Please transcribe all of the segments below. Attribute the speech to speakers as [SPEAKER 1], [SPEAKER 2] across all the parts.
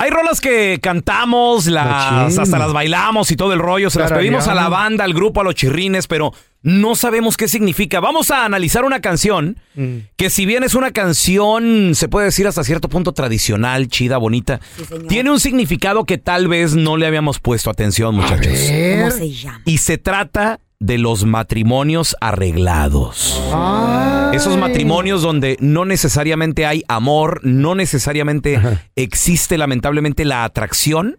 [SPEAKER 1] Hay rolas que cantamos, las,
[SPEAKER 2] Machín.
[SPEAKER 1] hasta las bailamos y todo el rollo. Se las pedimos a la
[SPEAKER 2] Tarareamos.
[SPEAKER 1] banda, al grupo, a los chirrines, pero no sabemos qué significa. Vamos a analizar una canción que si bien es una canción, se puede decir hasta cierto punto tradicional, chida, bonita, tiene un significado que tal vez no le habíamos puesto atención, muchachos.
[SPEAKER 3] ¿Cómo se llama?
[SPEAKER 1] Y se trata de los matrimonios arreglados.
[SPEAKER 3] Ah.
[SPEAKER 1] Esos matrimonios donde no necesariamente hay amor, no necesariamente existe lamentablemente la atracción,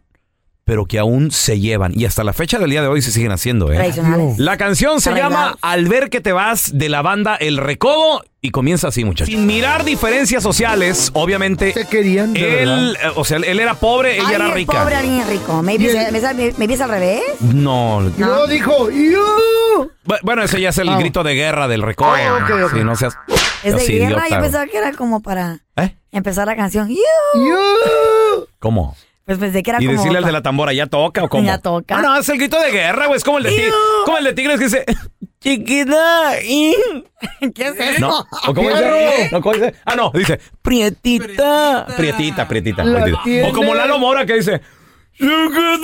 [SPEAKER 1] pero que aún se llevan. Y hasta la fecha del día de hoy se siguen haciendo. ¿eh?
[SPEAKER 3] Tradicionales.
[SPEAKER 1] La canción se
[SPEAKER 3] Arreglados.
[SPEAKER 1] llama Al ver que te vas de la banda El Recodo y comienza así, muchachos. Sin mirar diferencias sociales, obviamente. Se
[SPEAKER 4] querían.
[SPEAKER 3] de
[SPEAKER 1] él,
[SPEAKER 3] verdad.
[SPEAKER 1] eh, o sea, él era pobre, ella
[SPEAKER 3] Alguien
[SPEAKER 1] era rica.
[SPEAKER 3] pobre, alguien rico. Maybe,
[SPEAKER 1] Y
[SPEAKER 3] se- me, me- maybe es al revés.
[SPEAKER 1] No.
[SPEAKER 4] Y luego dijo, "Yo".
[SPEAKER 1] Bu- Bueno, ese ya es el
[SPEAKER 3] Ah.
[SPEAKER 1] grito de guerra del recodo.
[SPEAKER 3] Ah, ok, ok.
[SPEAKER 1] Sí, no seas.
[SPEAKER 3] Es de
[SPEAKER 1] seas
[SPEAKER 3] guerra.
[SPEAKER 1] idiota, ¿Eh?
[SPEAKER 3] Yo
[SPEAKER 1] güey.
[SPEAKER 3] pensaba que era como para empezar la canción. You.
[SPEAKER 1] ¿Cómo?
[SPEAKER 3] Pues pensé que era
[SPEAKER 1] y
[SPEAKER 3] como.
[SPEAKER 1] decirle al de la tambora, ¿ya toca o cómo?
[SPEAKER 3] Ya toca.
[SPEAKER 1] Ah, no, es el grito de guerra, güey. Es como el de, tigres, como el de Tigres que dice. Chiquita. ¿y?
[SPEAKER 3] ¿Qué es eso?
[SPEAKER 1] No. ¿O cómo dice? No, ¿cómo dice? Ah, no, dice. Prietita. Prietita, prietita.
[SPEAKER 3] La
[SPEAKER 1] prietita.
[SPEAKER 3] tiene.
[SPEAKER 1] O como Lalo Mora que dice.
[SPEAKER 3] Chiquita.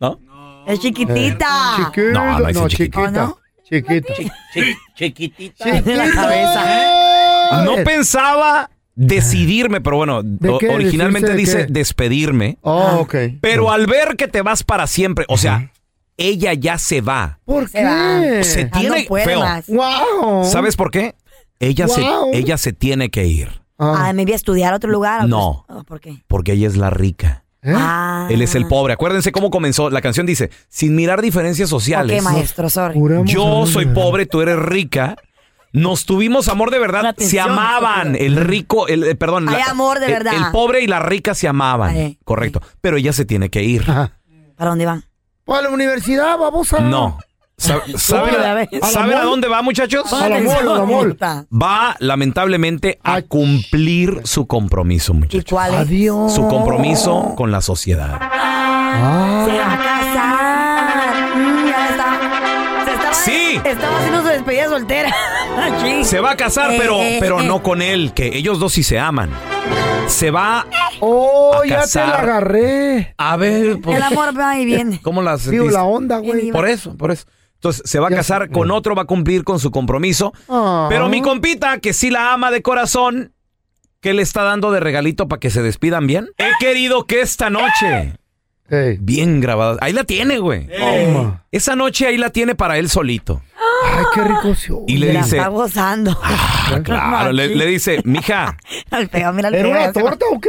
[SPEAKER 1] ¿No?
[SPEAKER 3] Es chiquitita.
[SPEAKER 1] Ah.
[SPEAKER 4] Eh,
[SPEAKER 1] No, no dice No, chiquitita.
[SPEAKER 3] ¿O no?
[SPEAKER 4] Chiquita.
[SPEAKER 1] Chiquitita.
[SPEAKER 3] De la cabeza. ¿eh?
[SPEAKER 1] Ah, No pensaba decidirme, pero bueno, o-
[SPEAKER 2] qué?
[SPEAKER 1] originalmente
[SPEAKER 2] ¿Decirse de
[SPEAKER 1] dice
[SPEAKER 2] qué?
[SPEAKER 1] despedirme.
[SPEAKER 4] Oh, ok.
[SPEAKER 1] Pero al ver que te vas para siempre, o sea, ella ya se va.
[SPEAKER 4] ¿Por
[SPEAKER 3] Se va.
[SPEAKER 1] Se
[SPEAKER 3] Ah,
[SPEAKER 1] tiene-
[SPEAKER 3] no puede
[SPEAKER 1] feo.
[SPEAKER 3] más.
[SPEAKER 4] Wow.
[SPEAKER 1] ¿Sabes por qué? Ella,
[SPEAKER 3] Wow.
[SPEAKER 1] se, ella se tiene que ir.
[SPEAKER 3] Ah, me voy a estudiar a otro lugar. a otro-
[SPEAKER 1] No.
[SPEAKER 3] Oh, ¿Por qué?
[SPEAKER 1] Porque ella es la rica.
[SPEAKER 3] Ah.
[SPEAKER 1] Él es el pobre. Acuérdense cómo comenzó. La canción dice, sin mirar diferencias sociales.
[SPEAKER 3] Ok, maestro, sorry.
[SPEAKER 1] Yo soy pobre, tú eres rica. Nos tuvimos amor de verdad. Se
[SPEAKER 3] atención,
[SPEAKER 1] amaban. El rico, el, eh, perdón.
[SPEAKER 3] Hay amor de
[SPEAKER 1] el-
[SPEAKER 3] verdad.
[SPEAKER 1] El, pobre y la rica se amaban.
[SPEAKER 3] Ay,
[SPEAKER 1] Correcto. Pero ella se tiene que ir.
[SPEAKER 3] ¿Para dónde van?
[SPEAKER 4] Para Pues, la universidad, vamos a.
[SPEAKER 1] No. Sa- ¿Saben,
[SPEAKER 4] Otra vez.
[SPEAKER 1] saben
[SPEAKER 4] ¿A la
[SPEAKER 1] a
[SPEAKER 4] mol?
[SPEAKER 1] dónde va, muchachos?
[SPEAKER 4] A la mol, a la mol.
[SPEAKER 1] Va, lamentablemente, a cumplir su compromiso, muchachos.
[SPEAKER 3] ¿Y cuál es?
[SPEAKER 1] Su compromiso con la sociedad.
[SPEAKER 3] Se va a casar. Mm, ya está. Se estaba,
[SPEAKER 1] Sí.
[SPEAKER 3] Estaba haciendo su despedida soltera. Sí.
[SPEAKER 1] Se va a casar,
[SPEAKER 3] Eh,
[SPEAKER 1] pero,
[SPEAKER 3] eh,
[SPEAKER 1] pero
[SPEAKER 3] eh.
[SPEAKER 1] no con él, que ellos dos sí se aman. Se va
[SPEAKER 4] Oh,
[SPEAKER 1] a
[SPEAKER 4] ya te la
[SPEAKER 1] casar.
[SPEAKER 4] agarré.
[SPEAKER 1] A ver, pues,
[SPEAKER 3] El amor va y viene.
[SPEAKER 1] ¿cómo las
[SPEAKER 4] Digo, la onda, güey.
[SPEAKER 1] Por eso, por eso. Entonces, se va a casar con otro, va a cumplir con su compromiso.
[SPEAKER 4] Ah.
[SPEAKER 1] Pero mi compita, que sí la ama de corazón, ¿qué le está dando de regalito para que se despidan bien? He querido que esta noche. Bien grabada. Ahí la tiene, güey.
[SPEAKER 4] Toma.
[SPEAKER 1] Esa noche ahí la tiene para él solito.
[SPEAKER 4] Ay, qué rico se
[SPEAKER 1] Y le
[SPEAKER 3] Mira,
[SPEAKER 1] dice,
[SPEAKER 3] Está gozando.
[SPEAKER 1] ah, claro, le, le dice, mija,
[SPEAKER 3] Al feo, mira al
[SPEAKER 4] ¿Era
[SPEAKER 3] feo,
[SPEAKER 4] una
[SPEAKER 3] ya se-
[SPEAKER 4] torta o qué?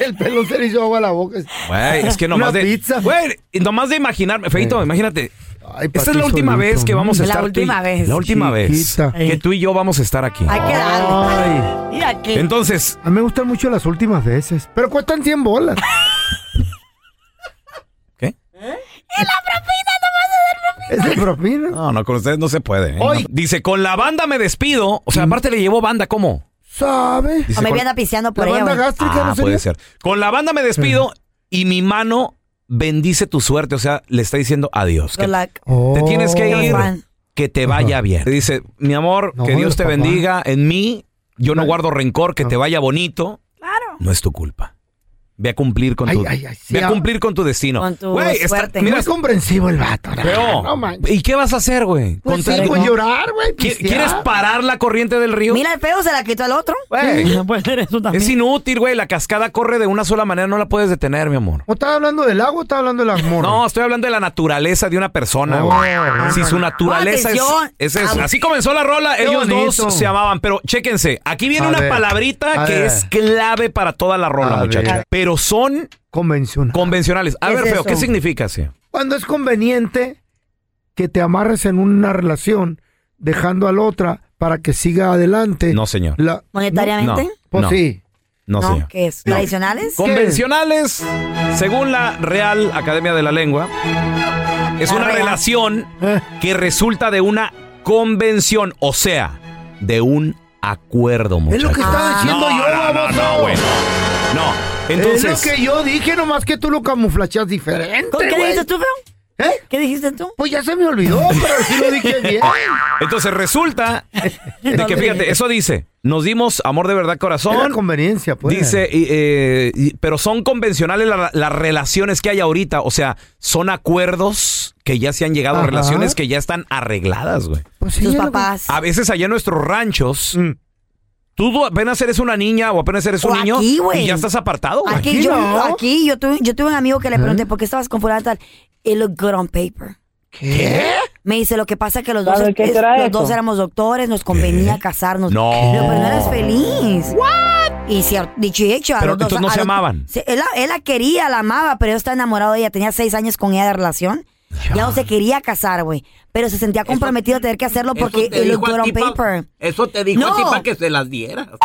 [SPEAKER 4] El pelo se le hizo agua a la boca.
[SPEAKER 1] Güey, es que nomás
[SPEAKER 4] Una
[SPEAKER 1] de. Güey, nomás de imaginarme, Feito, imagínate. Esta es
[SPEAKER 4] ti
[SPEAKER 1] la última
[SPEAKER 4] solito,
[SPEAKER 1] vez que
[SPEAKER 4] ¿no?
[SPEAKER 1] vamos a
[SPEAKER 4] La
[SPEAKER 1] estar. tú y-
[SPEAKER 3] última vez.
[SPEAKER 1] La última vez.
[SPEAKER 4] Chiquita.
[SPEAKER 1] Que tú y yo vamos a estar aquí.
[SPEAKER 3] Hay que darle.
[SPEAKER 4] Ay.
[SPEAKER 3] Mira aquí.
[SPEAKER 1] Entonces,
[SPEAKER 4] A mí me gustan mucho las últimas veces, pero cuestan 100 bolas. ¿Es de propina?
[SPEAKER 1] No, no, con ustedes no se puede. ¿eh?
[SPEAKER 4] Hoy- Mm.
[SPEAKER 1] No. Dice, con la banda me despido. O sea, aparte le llevó banda, ¿cómo?
[SPEAKER 4] ¿Sabe?
[SPEAKER 1] Dice,
[SPEAKER 3] O
[SPEAKER 1] con-
[SPEAKER 3] me voy a andar piseando por
[SPEAKER 4] La
[SPEAKER 3] ella,
[SPEAKER 4] banda
[SPEAKER 3] güey.
[SPEAKER 4] gástrica
[SPEAKER 1] Ah,
[SPEAKER 4] no
[SPEAKER 1] puede
[SPEAKER 4] sería?
[SPEAKER 1] ser. Con la banda me despido y mi mano bendice tu suerte. O sea, le está diciendo adiós. Que
[SPEAKER 3] Good luck.
[SPEAKER 1] te
[SPEAKER 4] Oh.
[SPEAKER 1] tienes que ir,
[SPEAKER 3] Juan.
[SPEAKER 1] que te vaya bien. Dice, mi amor,
[SPEAKER 4] No,
[SPEAKER 1] que Dios
[SPEAKER 4] el
[SPEAKER 1] te
[SPEAKER 4] papá.
[SPEAKER 1] bendiga en mí. Yo no guardo rencor, que te vaya bonito.
[SPEAKER 3] Claro.
[SPEAKER 1] No es tu culpa. Ve a cumplir con
[SPEAKER 4] Ay,
[SPEAKER 1] tu
[SPEAKER 4] ay, ay, sí,
[SPEAKER 1] ve a
[SPEAKER 4] ah.
[SPEAKER 1] cumplir con tu destino.
[SPEAKER 3] Con tu
[SPEAKER 1] Güey, está-
[SPEAKER 3] suerte.
[SPEAKER 1] mira,
[SPEAKER 4] Muy comprensivo el vato. ¿no?
[SPEAKER 1] feo.
[SPEAKER 4] No manches.
[SPEAKER 1] ¿Y qué vas a hacer, güey?
[SPEAKER 4] Pues
[SPEAKER 1] Contar-
[SPEAKER 4] sí, güey, llorar, güey.
[SPEAKER 1] ¿Qui-
[SPEAKER 4] pistear.
[SPEAKER 1] ¿Quieres parar la corriente del río?
[SPEAKER 3] Mira el feo, se la quitó al otro. Mm.
[SPEAKER 1] Güey,
[SPEAKER 3] Puede ser eso
[SPEAKER 1] es inútil, güey. La cascada corre de una sola manera, no la puedes detener, mi amor.
[SPEAKER 4] ¿O estás hablando del agua o estás hablando de las morras?
[SPEAKER 1] No, estoy hablando de la naturaleza de una persona,
[SPEAKER 4] Oh,
[SPEAKER 1] güey.
[SPEAKER 4] no,
[SPEAKER 1] Si su naturaleza es,
[SPEAKER 3] Atención.
[SPEAKER 1] es eso. Así comenzó la rola,
[SPEAKER 4] Qué
[SPEAKER 1] ellos
[SPEAKER 4] bonito.
[SPEAKER 1] dos se amaban. Pero chéquense, aquí viene
[SPEAKER 4] A
[SPEAKER 1] una
[SPEAKER 4] ver,
[SPEAKER 1] palabrita
[SPEAKER 4] a
[SPEAKER 1] que
[SPEAKER 4] ver.
[SPEAKER 1] es clave para toda la rola,
[SPEAKER 4] A
[SPEAKER 1] muchachos.
[SPEAKER 4] ver.
[SPEAKER 1] Pero son
[SPEAKER 4] Convencional.
[SPEAKER 1] convencionales. A
[SPEAKER 3] ¿Qué
[SPEAKER 1] ver,
[SPEAKER 3] es
[SPEAKER 1] Feo, ¿qué
[SPEAKER 3] eso?
[SPEAKER 1] significa, sí?
[SPEAKER 4] Cuando es conveniente que te amarres en una relación dejando a la otra para que siga adelante.
[SPEAKER 1] No, señor.
[SPEAKER 4] La-
[SPEAKER 3] Monetariamente.
[SPEAKER 4] Pues
[SPEAKER 1] No.
[SPEAKER 4] sí.
[SPEAKER 1] No,
[SPEAKER 3] No,
[SPEAKER 1] señor.
[SPEAKER 3] ¿qué es? ¿Tradicionales?
[SPEAKER 1] Convencionales, según la Real Academia de la Lengua, es
[SPEAKER 3] La
[SPEAKER 1] una
[SPEAKER 3] Real.
[SPEAKER 1] relación
[SPEAKER 4] Eh,
[SPEAKER 1] que resulta de una convención, o sea, de un acuerdo,
[SPEAKER 4] es lo
[SPEAKER 1] muchachos.
[SPEAKER 4] que estaba
[SPEAKER 3] Ah.
[SPEAKER 4] diciendo yo, baboso.
[SPEAKER 1] güey. No.
[SPEAKER 4] es lo
[SPEAKER 1] Entonces,
[SPEAKER 4] que yo dije, nomás que tú lo camuflacheas diferente.
[SPEAKER 3] ¿Con qué
[SPEAKER 4] güey.
[SPEAKER 3] dijiste tú, feo?
[SPEAKER 4] ¿Eh?
[SPEAKER 3] ¿Qué dijiste tú?
[SPEAKER 4] Pues ya se me olvidó, pero sí lo dije bien.
[SPEAKER 1] entonces resulta de
[SPEAKER 3] No
[SPEAKER 1] que
[SPEAKER 3] le
[SPEAKER 1] fíjate,
[SPEAKER 3] dije.
[SPEAKER 1] eso dice, nos dimos amor de verdad
[SPEAKER 4] Era
[SPEAKER 1] corazón.
[SPEAKER 4] conveniencia, pues.
[SPEAKER 1] Dice, y, eh, y- pero son convencionales la- las relaciones que hay ahorita, o sea, son acuerdos que ya se han llegado,
[SPEAKER 4] Ajá.
[SPEAKER 1] relaciones que ya están arregladas, güey.
[SPEAKER 4] Pues sí,
[SPEAKER 3] Tus
[SPEAKER 4] es lo que-
[SPEAKER 3] papás.
[SPEAKER 1] A veces allá en nuestros ranchos,
[SPEAKER 4] Mm.
[SPEAKER 1] tú du- apenas eres una niña o apenas eres un
[SPEAKER 3] O
[SPEAKER 1] niño
[SPEAKER 3] aquí, güey.
[SPEAKER 1] y ya estás apartado, güey.
[SPEAKER 3] Aquí,
[SPEAKER 4] Aquí
[SPEAKER 3] yo,
[SPEAKER 4] no.
[SPEAKER 3] aquí yo, tuve, yo tuve un amigo que le pregunté por qué estabas con fulana tal. It looked good on paper.
[SPEAKER 4] ¿Qué?
[SPEAKER 3] Me dice, lo que pasa es que los dos,
[SPEAKER 2] ¿Sabe qué
[SPEAKER 3] es-
[SPEAKER 2] será
[SPEAKER 3] los
[SPEAKER 2] eso?
[SPEAKER 3] dos éramos doctores, nos convenía casarnos.
[SPEAKER 1] No.
[SPEAKER 3] Le digo, Pero no eres feliz. Y cier- dicho y hecho, a
[SPEAKER 1] Pero
[SPEAKER 3] los dos-
[SPEAKER 1] entonces no
[SPEAKER 3] a
[SPEAKER 1] se
[SPEAKER 3] los-
[SPEAKER 1] amaban.
[SPEAKER 3] Sí, él, la- él la quería, la amaba, pero yo estaba enamorado de ella. Tenía seis años con ella de relación. Ya no se quería casar, güey. Pero se sentía comprometido a tener que hacerlo porque
[SPEAKER 5] te
[SPEAKER 3] it looked
[SPEAKER 5] dijo
[SPEAKER 3] good
[SPEAKER 5] a
[SPEAKER 3] on
[SPEAKER 5] ti pa-
[SPEAKER 3] paper.
[SPEAKER 5] Eso te dijo
[SPEAKER 3] No.
[SPEAKER 5] así para que se las dieras.
[SPEAKER 3] No,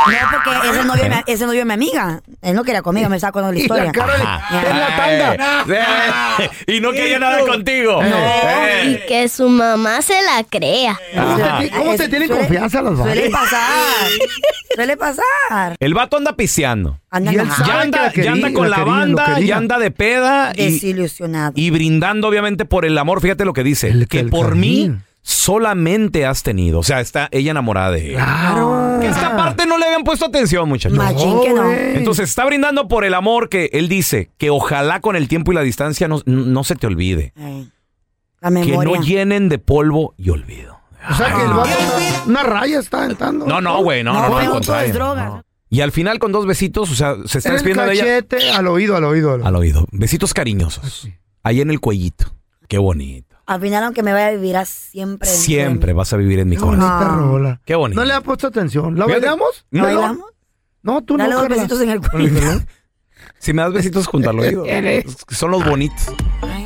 [SPEAKER 3] porque ese novio, de mi- ese novio de mi amiga. Él no quería conmigo, me estaba contando la
[SPEAKER 4] Y
[SPEAKER 3] historia.
[SPEAKER 4] la cara de...
[SPEAKER 3] Ajá.
[SPEAKER 4] en la tanda.
[SPEAKER 1] Eh, y no quería nada contigo.
[SPEAKER 6] Y
[SPEAKER 1] Eh.
[SPEAKER 6] que su mamá se la crea.
[SPEAKER 4] Ajá. ¿Cómo te tienen
[SPEAKER 3] Suele-
[SPEAKER 4] confianza los
[SPEAKER 3] Suele
[SPEAKER 4] vatos?
[SPEAKER 3] pasar. Suele pasar.
[SPEAKER 1] El vato anda piseando.
[SPEAKER 3] Anda
[SPEAKER 4] Y él
[SPEAKER 3] enojado,
[SPEAKER 4] sabe
[SPEAKER 1] Ya
[SPEAKER 4] Saben que
[SPEAKER 1] anda,
[SPEAKER 4] la
[SPEAKER 1] ya anda
[SPEAKER 4] quería-
[SPEAKER 1] con
[SPEAKER 4] la
[SPEAKER 1] Ah, la,
[SPEAKER 4] quería, lo
[SPEAKER 1] banda,
[SPEAKER 4] quería.
[SPEAKER 1] ya anda de peda y,
[SPEAKER 3] desilusionado.
[SPEAKER 1] y brindando obviamente por el amor. Fíjate lo que dice,
[SPEAKER 4] El-
[SPEAKER 1] que
[SPEAKER 4] el
[SPEAKER 1] por mí
[SPEAKER 4] carmín.
[SPEAKER 1] solamente has tenido. O sea, está ella enamorada de él.
[SPEAKER 4] Claro.
[SPEAKER 1] Que esta parte no le habían puesto atención, muchachos.
[SPEAKER 3] Machín que no.
[SPEAKER 4] güey.
[SPEAKER 1] Entonces está brindando por el amor que él dice, que ojalá con el tiempo y la distancia no, no se te olvide.
[SPEAKER 3] Ay, La
[SPEAKER 1] Que
[SPEAKER 3] memoria.
[SPEAKER 1] no llenen de polvo y olvido.
[SPEAKER 4] O sea que el vato una- una raya está aventando.
[SPEAKER 1] No, no, güey, Ah. no, no, no,
[SPEAKER 3] No, pues,
[SPEAKER 1] al
[SPEAKER 3] no, todo
[SPEAKER 1] contrario,
[SPEAKER 3] es droga.
[SPEAKER 1] no. Y al final con dos besitos, o sea, se está
[SPEAKER 4] En el
[SPEAKER 1] despidiendo de ella
[SPEAKER 4] cachete, al oído, al oído, al oído.
[SPEAKER 1] al oído. Besitos cariñosos. Ahí en el cuellito. Qué bonito.
[SPEAKER 3] Al final, aunque me vaya a vivir, siempre.
[SPEAKER 1] Siempre vas a vivir en mi
[SPEAKER 4] Qué bonita
[SPEAKER 1] corazón.
[SPEAKER 4] rola.
[SPEAKER 1] Qué bonito.
[SPEAKER 4] No le ha puesto atención. ¿La
[SPEAKER 1] Fíjate.
[SPEAKER 4] bailamos?
[SPEAKER 3] ¿No
[SPEAKER 4] Pelón.
[SPEAKER 3] bailamos?
[SPEAKER 4] No, tú
[SPEAKER 3] Dale
[SPEAKER 4] no,
[SPEAKER 3] dos
[SPEAKER 4] Carla.
[SPEAKER 3] besitos en el cuello.
[SPEAKER 1] Si me das besitos junto al oído. Son los bonitos.
[SPEAKER 3] Ay.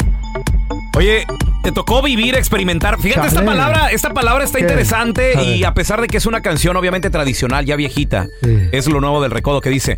[SPEAKER 1] Oye, te tocó vivir, experimentar. Fíjate, esta
[SPEAKER 4] Chale.
[SPEAKER 1] palabra, esta palabra está
[SPEAKER 4] ¿Qué?
[SPEAKER 1] interesante
[SPEAKER 4] A
[SPEAKER 1] y
[SPEAKER 4] ver.
[SPEAKER 1] a pesar de que es una canción obviamente tradicional, ya viejita,
[SPEAKER 4] Sí.
[SPEAKER 1] es lo nuevo del recodo que dice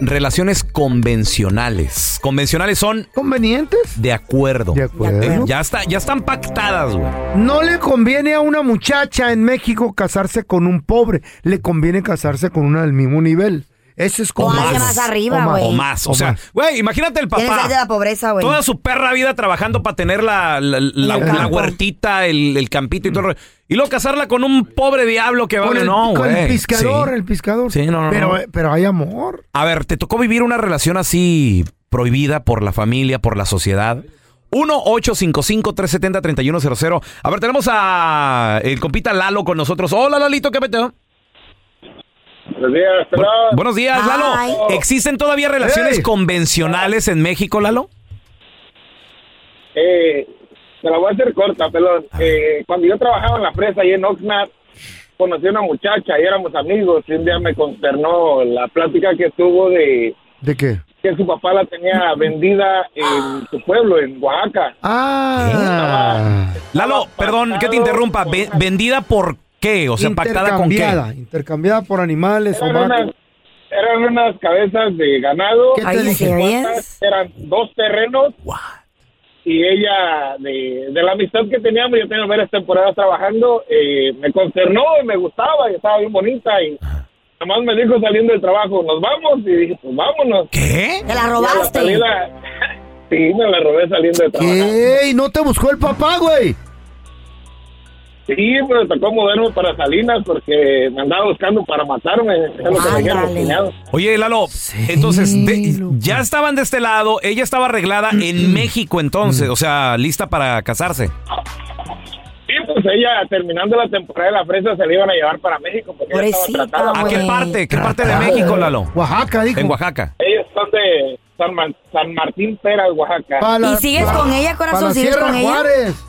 [SPEAKER 1] relaciones convencionales. Convencionales son
[SPEAKER 4] ¿Convenientes?
[SPEAKER 1] de acuerdo.
[SPEAKER 4] De
[SPEAKER 1] Eh,
[SPEAKER 4] acuerdo.
[SPEAKER 1] ya, está, ya están pactadas, güey.
[SPEAKER 4] No le conviene a una muchacha en México casarse con un pobre. Le conviene casarse con una del mismo nivel. Ese es como...
[SPEAKER 3] alguien más arriba, güey.
[SPEAKER 1] O más. O,
[SPEAKER 4] O
[SPEAKER 1] sea,
[SPEAKER 4] más.
[SPEAKER 1] güey, imagínate el
[SPEAKER 3] Tienes
[SPEAKER 1] papá.
[SPEAKER 3] ahí de la pobreza, güey.
[SPEAKER 1] Toda su perra vida trabajando para tener la, la, la-
[SPEAKER 3] el
[SPEAKER 1] la
[SPEAKER 3] campo.
[SPEAKER 1] huertita, el, el campito y todo. el rollo. Y luego casarla con un pobre diablo que va
[SPEAKER 4] Con el,
[SPEAKER 1] no,
[SPEAKER 4] con el
[SPEAKER 1] güey.
[SPEAKER 4] pescador,
[SPEAKER 1] Sí.
[SPEAKER 4] el pescador.
[SPEAKER 1] Sí, no, no,
[SPEAKER 4] pero,
[SPEAKER 1] no.
[SPEAKER 4] eh, pero hay amor.
[SPEAKER 1] A ver, ¿te tocó vivir una relación así prohibida por la familia, por la sociedad? 1-855-370-3100. A ver, tenemos a el compita Lalo con nosotros. Hola, Lalito, ¿qué peteo?
[SPEAKER 7] Buenos días,
[SPEAKER 1] Bu-
[SPEAKER 7] pelón.
[SPEAKER 1] Buenos días,
[SPEAKER 3] Ay.
[SPEAKER 1] Lalo. ¿Existen todavía relaciones
[SPEAKER 4] Ey.
[SPEAKER 1] convencionales en México, Lalo?
[SPEAKER 7] Eh, te la voy a hacer corta, pelón. Eh, cuando yo trabajaba en la presa ahí en Oxnard, conocí a una muchacha y éramos amigos. Y un día me consternó la plática que tuvo de
[SPEAKER 4] ¿De qué?
[SPEAKER 7] que su papá la tenía vendida en su pueblo, en Oaxaca.
[SPEAKER 4] Ah.
[SPEAKER 1] Lalo,
[SPEAKER 7] Estaba
[SPEAKER 1] perdón que te
[SPEAKER 7] pactado
[SPEAKER 1] interrumpa.
[SPEAKER 7] con
[SPEAKER 1] Ve-
[SPEAKER 7] una-
[SPEAKER 1] ¿Vendida por qué? O sea, pactada con qué.
[SPEAKER 4] intercambiada, intercambiada por animales o
[SPEAKER 7] Eran
[SPEAKER 4] vacas.
[SPEAKER 7] unas, eran unas cabezas de ganado.
[SPEAKER 4] ¿Qué
[SPEAKER 3] Are
[SPEAKER 4] te
[SPEAKER 3] you
[SPEAKER 4] dije?
[SPEAKER 3] serious?
[SPEAKER 7] Eran dos terrenos y ella, de, de la amistad que teníamos, yo tenía varias temporadas trabajando, eh, me concernó y me gustaba, y estaba bien bonita y
[SPEAKER 4] Ah.
[SPEAKER 7] nomás me dijo saliendo del trabajo, nos vamos, y dije, pues vámonos.
[SPEAKER 1] ¿Qué?
[SPEAKER 3] Te la
[SPEAKER 7] Y a
[SPEAKER 3] robaste.
[SPEAKER 7] la salida- sí, me la robé saliendo del trabajo.
[SPEAKER 4] ¿Qué? ¿Y no te buscó el papá, güey?
[SPEAKER 7] Sí, pero me tocó moverme para Salinas porque me andaba buscando para matarme. Es lo que me dijeron los
[SPEAKER 3] Ándale.
[SPEAKER 7] cuñados.
[SPEAKER 1] Oye, Lalo, entonces de- ya estaban de este lado, ella estaba arreglada en México entonces, o sea, lista para casarse.
[SPEAKER 7] Sí, pues ella terminando la temporada de la fresa se la iban a llevar para México porque ella estaba
[SPEAKER 3] Pobrecita,
[SPEAKER 7] tratada.
[SPEAKER 1] ¿A qué
[SPEAKER 3] Güey.
[SPEAKER 1] parte? ¿Qué parte de México, Lalo?
[SPEAKER 4] Oaxaca, dijo.
[SPEAKER 1] En Oaxaca.
[SPEAKER 7] Ellos son de San, Man- San Martín Peras, Oaxaca.
[SPEAKER 4] Pa' la-
[SPEAKER 3] ¿Y sigues
[SPEAKER 4] pa-
[SPEAKER 3] con ella, corazón?
[SPEAKER 4] pa' la
[SPEAKER 3] ¿Sigues
[SPEAKER 4] Sierra
[SPEAKER 3] con ella?
[SPEAKER 4] Juárez.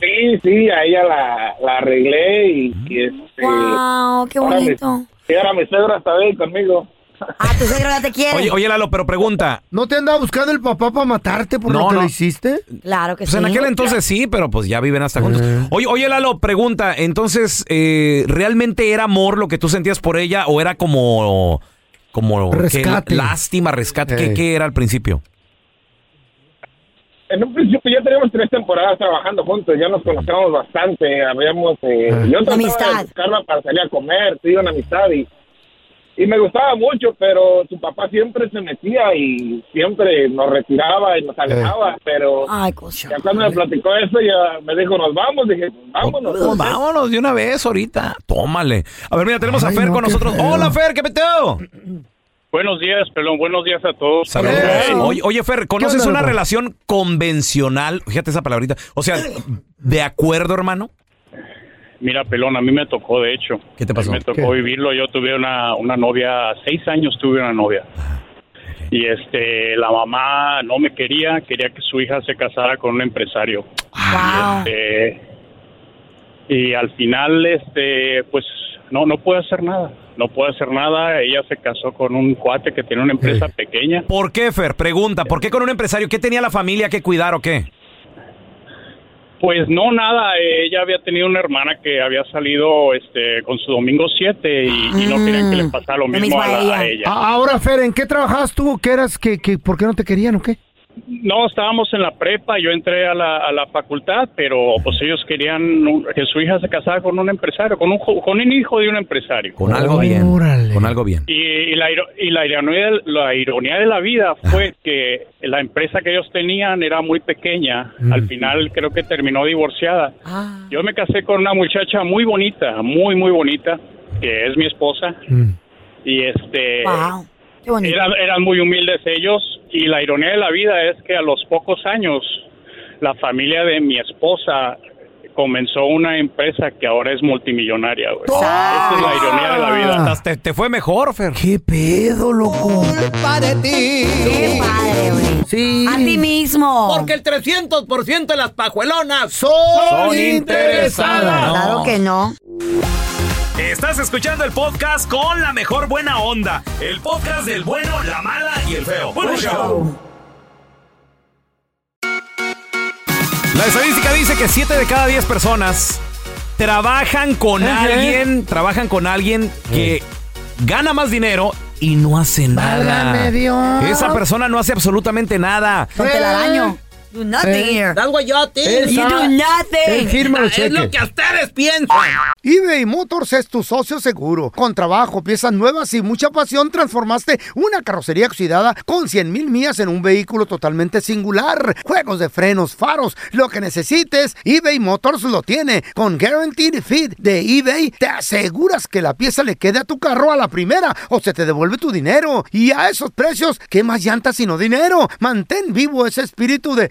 [SPEAKER 7] Sí, sí, a ella la, la arreglé y, y este...
[SPEAKER 3] Wow, qué
[SPEAKER 7] ahora mi-
[SPEAKER 3] bonito.
[SPEAKER 7] Y ahora mi suegra está ahí conmigo.
[SPEAKER 3] Ah, tu suegro ya te quiere.
[SPEAKER 1] Oye, oye, Lalo, pero pregunta.
[SPEAKER 4] ¿No te andaba buscando el papá para matarte por
[SPEAKER 1] No,
[SPEAKER 4] lo que
[SPEAKER 1] no.
[SPEAKER 4] le hiciste?
[SPEAKER 3] claro que
[SPEAKER 1] Pues
[SPEAKER 3] sí.
[SPEAKER 1] en aquel entonces sí, pero pues ya viven hasta juntos.
[SPEAKER 4] Eh.
[SPEAKER 1] Oye, oye, Lalo, pregunta. Entonces, eh, ¿realmente era amor lo que tú sentías por ella o era como... como que
[SPEAKER 4] Rescate. Eh.
[SPEAKER 1] lástima, rescate? ¿Qué,
[SPEAKER 4] Ey.
[SPEAKER 1] qué era al principio?
[SPEAKER 7] En un principio ya teníamos tres temporadas trabajando juntos, ya nos conocíamos bastante, habíamos... eh, yo trataba
[SPEAKER 3] Amistad.
[SPEAKER 7] de buscarla para salir a comer, sí, una amistad y... Y me gustaba mucho, pero su papá siempre se metía y siempre nos retiraba y nos alejaba, pero...
[SPEAKER 3] Ay, cocho.
[SPEAKER 7] Ya cuando me platicó eso, ya me dijo, nos vamos, dije, vámonos.
[SPEAKER 1] Pues vámonos de una vez ahorita. Tómale. A ver, mira, tenemos a
[SPEAKER 4] Ay,
[SPEAKER 1] Fer
[SPEAKER 4] no,
[SPEAKER 1] con
[SPEAKER 4] qué
[SPEAKER 1] nosotros.
[SPEAKER 4] feo.
[SPEAKER 1] Hola, Fer, ¿qué peteo?
[SPEAKER 2] Buenos días, pelón. Buenos días a todos.
[SPEAKER 1] Saludos.
[SPEAKER 4] Hey.
[SPEAKER 1] Oye, oye, Fer, ¿conoces
[SPEAKER 4] onda,
[SPEAKER 1] una
[SPEAKER 4] loco?
[SPEAKER 1] relación convencional? Fíjate esa palabrita. O sea, ¿de acuerdo, hermano?
[SPEAKER 2] Mira, pelón, a mí me tocó, de hecho.
[SPEAKER 1] ¿Qué te pasó?
[SPEAKER 2] Me tocó vivirlo. Yo tuve una, una novia, seis años tuve una novia.
[SPEAKER 1] Ah,
[SPEAKER 2] Y este, la mamá no me quería, quería que su hija se casara con un empresario.
[SPEAKER 4] Ah.
[SPEAKER 3] Wow.
[SPEAKER 2] Eh, y al final, este, pues, no, no puede hacer nada. No puede hacer nada. Ella se casó con un cuate que tiene una empresa pequeña.
[SPEAKER 1] ¿Por qué, Fer? Pregunta, ¿por qué con un empresario? ¿Qué tenía la familia que cuidar o qué?
[SPEAKER 2] Pues no, nada. eh, Ella había tenido una hermana que había salido este, con su domingo 7 y, y no querían que le pasara lo
[SPEAKER 3] Mm. lo
[SPEAKER 2] mismo,
[SPEAKER 3] mismo
[SPEAKER 2] a,
[SPEAKER 3] a
[SPEAKER 2] la-
[SPEAKER 3] ella.
[SPEAKER 2] a ella.
[SPEAKER 4] Mm, A- Ah, Ahora, Fer, ¿en qué trabajabas tú? ¿Qué eras? ¿Qué, qué, ¿Por qué no te querían o qué?
[SPEAKER 2] No, estábamos en la prepa, yo entré a la, a la facultad, pero pues ellos querían un- que su hija se casara con un empresario, con un, jo- con un hijo de un empresario.
[SPEAKER 1] Con algo bien.
[SPEAKER 4] Órale.
[SPEAKER 1] Con algo bien.
[SPEAKER 2] Y, y la, iro- y la, ironía, del- la ironía de la vida fue que la empresa que ellos tenían era muy pequeña. Al final creo que terminó divorciada.
[SPEAKER 3] Ah.
[SPEAKER 2] Yo me casé con una muchacha muy bonita, muy, muy bonita, que es mi esposa. Y este,
[SPEAKER 3] Wow. Qué bonito.
[SPEAKER 2] eran, eran muy humildes ellos. Y la ironía de la vida es que a los pocos años, la familia de mi esposa comenzó una empresa que ahora es multimillonaria, güey. Esa es la ironía de la vida.
[SPEAKER 1] Hasta te, te fue mejor, Fer.
[SPEAKER 4] Ah. ¿Qué pedo, loco?
[SPEAKER 3] Qué padre, güey.
[SPEAKER 4] Sí.
[SPEAKER 3] A ti mismo.
[SPEAKER 1] el 300% de las pajuelonas
[SPEAKER 4] Son,
[SPEAKER 1] interesadas.
[SPEAKER 3] Claro
[SPEAKER 1] No.
[SPEAKER 3] que no.
[SPEAKER 1] Estás escuchando el podcast con la mejor buena onda. El podcast del bueno, la mala y el feo. La estadística dice que 7 de cada 10 personas trabajan con
[SPEAKER 4] Ajá.
[SPEAKER 1] alguien, trabajan con alguien que gana más dinero y no hace nada.
[SPEAKER 4] Válgame Dios.
[SPEAKER 1] Esa persona no hace absolutamente nada.
[SPEAKER 3] No te la daño. Do nothing
[SPEAKER 4] Eh.
[SPEAKER 3] here.
[SPEAKER 4] Él
[SPEAKER 3] You do
[SPEAKER 4] sabe- él
[SPEAKER 3] nothing.
[SPEAKER 4] firma los cheques.
[SPEAKER 1] a ustedes piensan.
[SPEAKER 4] eBay Motors es tu socio seguro. Con trabajo, piezas nuevas y mucha pasión, transformaste una carrocería oxidada con 100 mil millas en un vehículo totalmente singular. Juegos de frenos, faros, lo que necesites, eBay Motors lo tiene. Con Guaranteed Fit de eBay, te aseguras que la pieza le quede a tu carro a la primera o se te devuelve tu dinero. Y a esos precios, ¿qué más llantas sino dinero? Mantén vivo ese espíritu de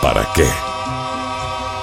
[SPEAKER 5] ¿para qué?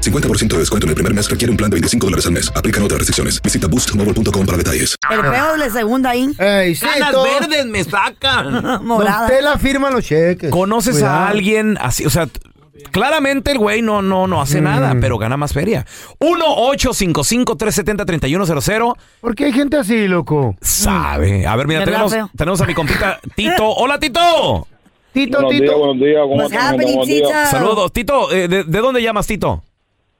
[SPEAKER 8] 50% de descuento en el primer mes requiere un plan de 25 dólares al mes. Aplican otras restricciones. Visita boostmobile.com para detalles.
[SPEAKER 3] El peor de segunda ahí.
[SPEAKER 4] Ey, sí,
[SPEAKER 1] Canas
[SPEAKER 4] todo.
[SPEAKER 1] verdes me sacan.
[SPEAKER 3] Morada.
[SPEAKER 4] Usted la firma los cheques.
[SPEAKER 1] ¿Conoces a
[SPEAKER 4] Cuidado.
[SPEAKER 1] alguien así? O sea, t- claramente el güey no, no, no hace nada,
[SPEAKER 4] Mm.
[SPEAKER 1] pero gana más feria. 1-855-370-3100.
[SPEAKER 4] ¿Por qué hay gente así, loco?
[SPEAKER 1] Sabe. Eh, A ver, mira,
[SPEAKER 3] ¿Verdad,
[SPEAKER 1] tenemos,
[SPEAKER 3] feo?
[SPEAKER 1] tenemos a mi compita Tito. ¡Hola, Tito!
[SPEAKER 4] Tito,
[SPEAKER 9] Buenos días,
[SPEAKER 4] Tito.
[SPEAKER 9] buenos días. ¿Cómo
[SPEAKER 3] What's
[SPEAKER 9] están?
[SPEAKER 3] happening,
[SPEAKER 9] Buenos días.
[SPEAKER 3] Tita?
[SPEAKER 1] Saludos. Tito, eh, de, de dónde llamas, Tito?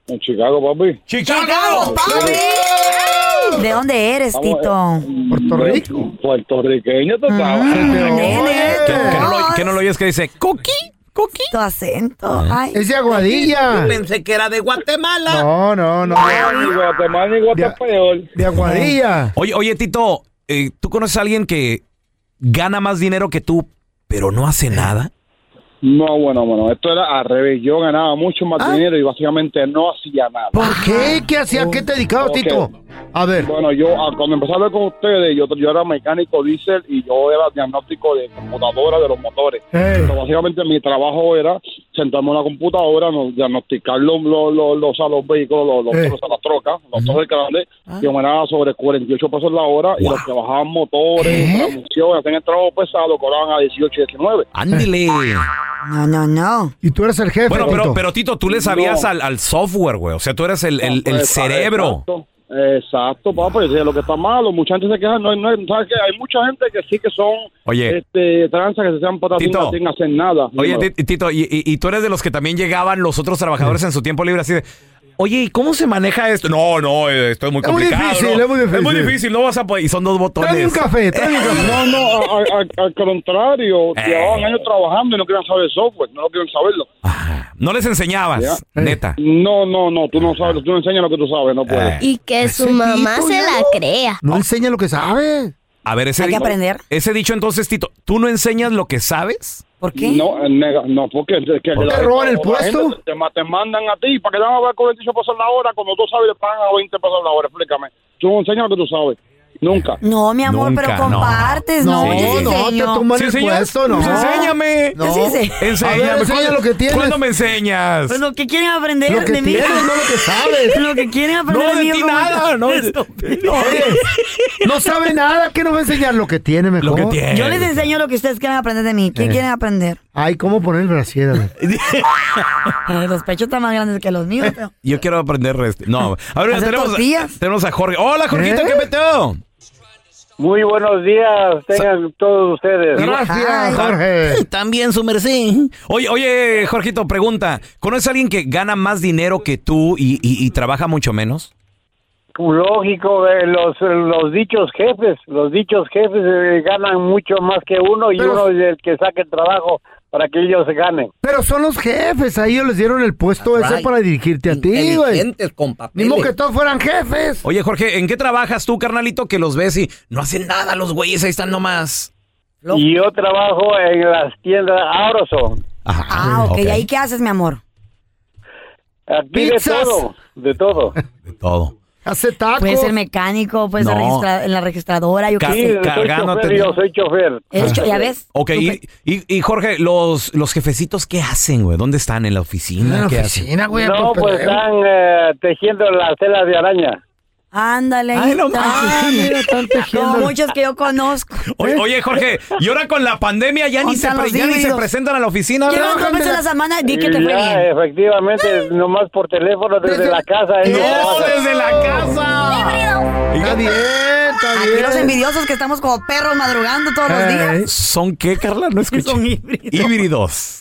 [SPEAKER 9] En Chicago, papi.
[SPEAKER 3] ¡Chicago, papi! ¿De dónde eres,
[SPEAKER 9] Vamos,
[SPEAKER 3] Tito?
[SPEAKER 9] eh,
[SPEAKER 4] Puerto
[SPEAKER 9] de-
[SPEAKER 4] Rico. Ah,
[SPEAKER 9] Puertorriqueño, tú sabes.
[SPEAKER 3] Ah, Nene,
[SPEAKER 1] ¿Qué, qué no lo,
[SPEAKER 3] ¿cómo
[SPEAKER 1] qué no lo oyes que dice? ¿Cookie? ¿Cookie?
[SPEAKER 3] es Tu acento. Ay.
[SPEAKER 4] Es de Aguadilla.
[SPEAKER 1] Ah. Pensé que era de Guatemala.
[SPEAKER 4] No, no, no.
[SPEAKER 9] Ni Guatemala ni Guatapeor.
[SPEAKER 4] De Aguadilla.
[SPEAKER 1] Oye, oye, Tito, eh, ¿tú conoces a alguien que gana más dinero que tú, pero no hace nada?
[SPEAKER 9] No, bueno, bueno, esto era al revés. Yo ganaba mucho más
[SPEAKER 4] Ah.
[SPEAKER 9] dinero y básicamente no hacía nada.
[SPEAKER 4] ¿Por qué? ¿Qué hacía? ¿Qué te dedicabas,
[SPEAKER 9] Ok.
[SPEAKER 4] Tito? A ver.
[SPEAKER 9] Bueno, yo ah, cuando empecé a hablar con ustedes, yo, yo era mecánico diésel y yo era diagnóstico de computadora de los motores.
[SPEAKER 4] Ey.
[SPEAKER 9] Pero básicamente mi trabajo era sentarme en una computadora, no- diagnosticar los, los, los, los- a los vehículos, los, los,
[SPEAKER 4] Eh.
[SPEAKER 9] los- a las trocas, los trocas grandes,
[SPEAKER 4] Ah.
[SPEAKER 9] que ganaba sobre 48 pesos la hora y
[SPEAKER 1] Wow.
[SPEAKER 9] los que bajaban motores, transmisiones, hacían el trabajo pesado, cobraban a 18 y 19.
[SPEAKER 1] Ándele.
[SPEAKER 3] No, no, no.
[SPEAKER 4] Y tú eres el jefe,
[SPEAKER 1] Bueno, pero,
[SPEAKER 4] Tito.
[SPEAKER 1] pero Tito, tú le sabías
[SPEAKER 9] No.
[SPEAKER 1] al, al software, güey. O sea, tú eres el, el- el
[SPEAKER 9] Exacto,
[SPEAKER 1] cerebro.
[SPEAKER 9] Exacto, exacto papá. Yo decía, lo que está malo, mucha gente se queja. No, hay- no, hay- ¿sabes qué? Hay mucha gente que sí que son
[SPEAKER 1] Oye.
[SPEAKER 9] este, tranzas, que se sean patatín
[SPEAKER 1] Tito.
[SPEAKER 9] sin hacer nada.
[SPEAKER 1] Oye,
[SPEAKER 9] Dímelo.
[SPEAKER 1] Ti- Tito, y, y- y tú eres de los que también llegaban los otros trabajadores en su tiempo libre así de... Oye, ¿y cómo se maneja esto? No, no, eh, esto es muy
[SPEAKER 4] Es muy
[SPEAKER 1] complicado.
[SPEAKER 4] difícil,
[SPEAKER 1] ¿no?
[SPEAKER 4] es muy difícil.
[SPEAKER 1] difícil, no vas a poder. Y son dos botones.
[SPEAKER 4] Trae un café, trae un café.
[SPEAKER 9] No, no, a- a- a- al contrario,
[SPEAKER 1] Eh.
[SPEAKER 9] llevaban años trabajando y no querían saber software, no quieren saberlo.
[SPEAKER 1] Ah, No les enseñabas,
[SPEAKER 9] Ya.
[SPEAKER 1] neta.
[SPEAKER 9] No, no, no, tú no sabes, tú no enseñas lo que tú sabes, no puedes.
[SPEAKER 1] Eh,
[SPEAKER 10] Y que su
[SPEAKER 4] Ese
[SPEAKER 10] mamá
[SPEAKER 4] Tito
[SPEAKER 10] se
[SPEAKER 4] ya
[SPEAKER 10] la
[SPEAKER 4] no-
[SPEAKER 10] crea.
[SPEAKER 4] No enseña lo que sabe.
[SPEAKER 1] A ver, ese,
[SPEAKER 3] Hay que
[SPEAKER 1] di-
[SPEAKER 3] aprender.
[SPEAKER 1] ese dicho entonces, Tito, ¿tú no enseñas lo que sabes?
[SPEAKER 3] ¿Por qué?
[SPEAKER 9] No, eh, nega- no, porque es que
[SPEAKER 4] ¿Por qué roban el
[SPEAKER 9] la
[SPEAKER 4] puesto?
[SPEAKER 9] gente Te, ma- te mandan a ti, ¿para que te van a ver con 28 pesos la hora? Cuando tú sabes, le pagan a 20 pesos la hora, explícame. Tú no enseñas lo que tú sabes, nunca.
[SPEAKER 3] No, mi amor,
[SPEAKER 1] Nunca,
[SPEAKER 3] pero
[SPEAKER 1] no.
[SPEAKER 3] compartes, no.
[SPEAKER 4] No,
[SPEAKER 3] yo sí
[SPEAKER 4] no,
[SPEAKER 3] enseño.
[SPEAKER 4] te toman el
[SPEAKER 1] señor?
[SPEAKER 4] puesto, no.
[SPEAKER 1] Pues enséñame.
[SPEAKER 4] No.
[SPEAKER 3] Yo sí sé.
[SPEAKER 1] Enséñame.
[SPEAKER 4] A ver, enseña
[SPEAKER 1] ¿Cuándo-
[SPEAKER 4] lo que tienes.
[SPEAKER 1] ¿Cuándo me enseñas?
[SPEAKER 3] Pues lo que quieren aprender
[SPEAKER 4] Lo que
[SPEAKER 3] de mí.
[SPEAKER 4] tienes, no lo que sabes.
[SPEAKER 3] Lo que quieren aprender
[SPEAKER 1] no, de
[SPEAKER 3] mí.
[SPEAKER 1] ti
[SPEAKER 3] es como-
[SPEAKER 1] nada. No,
[SPEAKER 4] Oye, no sabe nada, ¿qué nos va a enseñar? Lo que tiene mejor.
[SPEAKER 1] lo que tienes.
[SPEAKER 3] Yo les enseño lo que ustedes quieren aprender de mí. ¿Qué
[SPEAKER 4] Eh.
[SPEAKER 3] quieren aprender?
[SPEAKER 4] Ay, ¿cómo poner el brasier? a ver?
[SPEAKER 3] Ay, los pechos están más grandes que los míos. pero-
[SPEAKER 1] Yo quiero aprender rest- No, a ver,
[SPEAKER 3] Hacer
[SPEAKER 1] tenemos,
[SPEAKER 3] tortillas.
[SPEAKER 1] tenemos a Jorge. Hola, Jorgito,
[SPEAKER 4] ¿Eh?
[SPEAKER 1] ¿qué peteo?
[SPEAKER 9] Muy buenos días, tengan todos ustedes.
[SPEAKER 4] Gracias,
[SPEAKER 3] Ay.
[SPEAKER 4] Jorge.
[SPEAKER 1] También su merced. Oye, oye, Jorgito, pregunta. ¿Conoces a alguien que gana más dinero que tú y, y- y trabaja mucho menos?
[SPEAKER 9] Lógico, eh, los, los dichos jefes, los dichos jefes eh, ganan mucho más que uno y
[SPEAKER 4] Pero-
[SPEAKER 9] uno es el que saque el trabajo para que ellos ganen.
[SPEAKER 4] Pero son los jefes, a ellos les dieron el puesto ese para dirigirte a ti, güey. Mismo que todos fueran jefes.
[SPEAKER 1] Oye, Jorge, ¿en qué trabajas tú, carnalito, que los ves y no hacen nada los güeyes? Ahí están nomás.
[SPEAKER 9] Y yo trabajo en las tiendas Auroson.
[SPEAKER 1] Ajá.
[SPEAKER 3] Ah, ok. ¿Y ahí qué haces, mi amor?
[SPEAKER 9] Aquí
[SPEAKER 4] Pizzas.
[SPEAKER 9] de todo, de todo.
[SPEAKER 1] De todo.
[SPEAKER 4] Hace tacos.
[SPEAKER 3] Puede ser mecánico, puede ser
[SPEAKER 1] No.
[SPEAKER 3] registra- en la registradora, yo qué
[SPEAKER 1] Ca-
[SPEAKER 9] Sí,
[SPEAKER 3] sé.
[SPEAKER 9] soy
[SPEAKER 1] Cargándote. Ah,
[SPEAKER 9] chofer, yo soy chofer.
[SPEAKER 3] Es cho- ya ves.
[SPEAKER 1] Ok, y, y- y Jorge, los, los jefecitos, ¿qué hacen, güey? ¿Dónde están? ¿En la Ah, oficina?
[SPEAKER 4] En la
[SPEAKER 1] ¿Qué hacen?
[SPEAKER 4] Ah, oficina, güey.
[SPEAKER 9] No,
[SPEAKER 4] pues,
[SPEAKER 9] pues
[SPEAKER 4] pero-
[SPEAKER 9] están eh, tejiendo las telas de araña.
[SPEAKER 3] Ándale.
[SPEAKER 1] Ay, no
[SPEAKER 3] está.
[SPEAKER 1] mames.
[SPEAKER 4] Mira, están tejiendo.
[SPEAKER 3] Como muchos que yo conozco.
[SPEAKER 1] Oye, oye, Jorge, y ahora con la pandemia ya ni, se,
[SPEAKER 3] Contra
[SPEAKER 1] pre-
[SPEAKER 3] los
[SPEAKER 1] ya ni se
[SPEAKER 3] híbridos.
[SPEAKER 1] presentan a la oficina,
[SPEAKER 3] Llevan
[SPEAKER 1] ¿verdad?
[SPEAKER 3] dos veces a la semana, di que te
[SPEAKER 9] Y
[SPEAKER 3] fue
[SPEAKER 9] ya,
[SPEAKER 3] bien.
[SPEAKER 9] efectivamente, nomás por teléfono desde ¿eh?
[SPEAKER 4] Desde-
[SPEAKER 9] la casa. es lo que
[SPEAKER 4] Eso
[SPEAKER 9] pasa.
[SPEAKER 1] desde la casa!
[SPEAKER 4] Está bien, está
[SPEAKER 3] Aquí
[SPEAKER 4] bien.
[SPEAKER 3] los envidiosos que estamos como perros madrugando todos
[SPEAKER 4] Ah,
[SPEAKER 1] Eh.
[SPEAKER 3] los días.
[SPEAKER 4] eh.
[SPEAKER 1] ¿Son qué, Carla? No escuché. Son híbridos. Híbridos.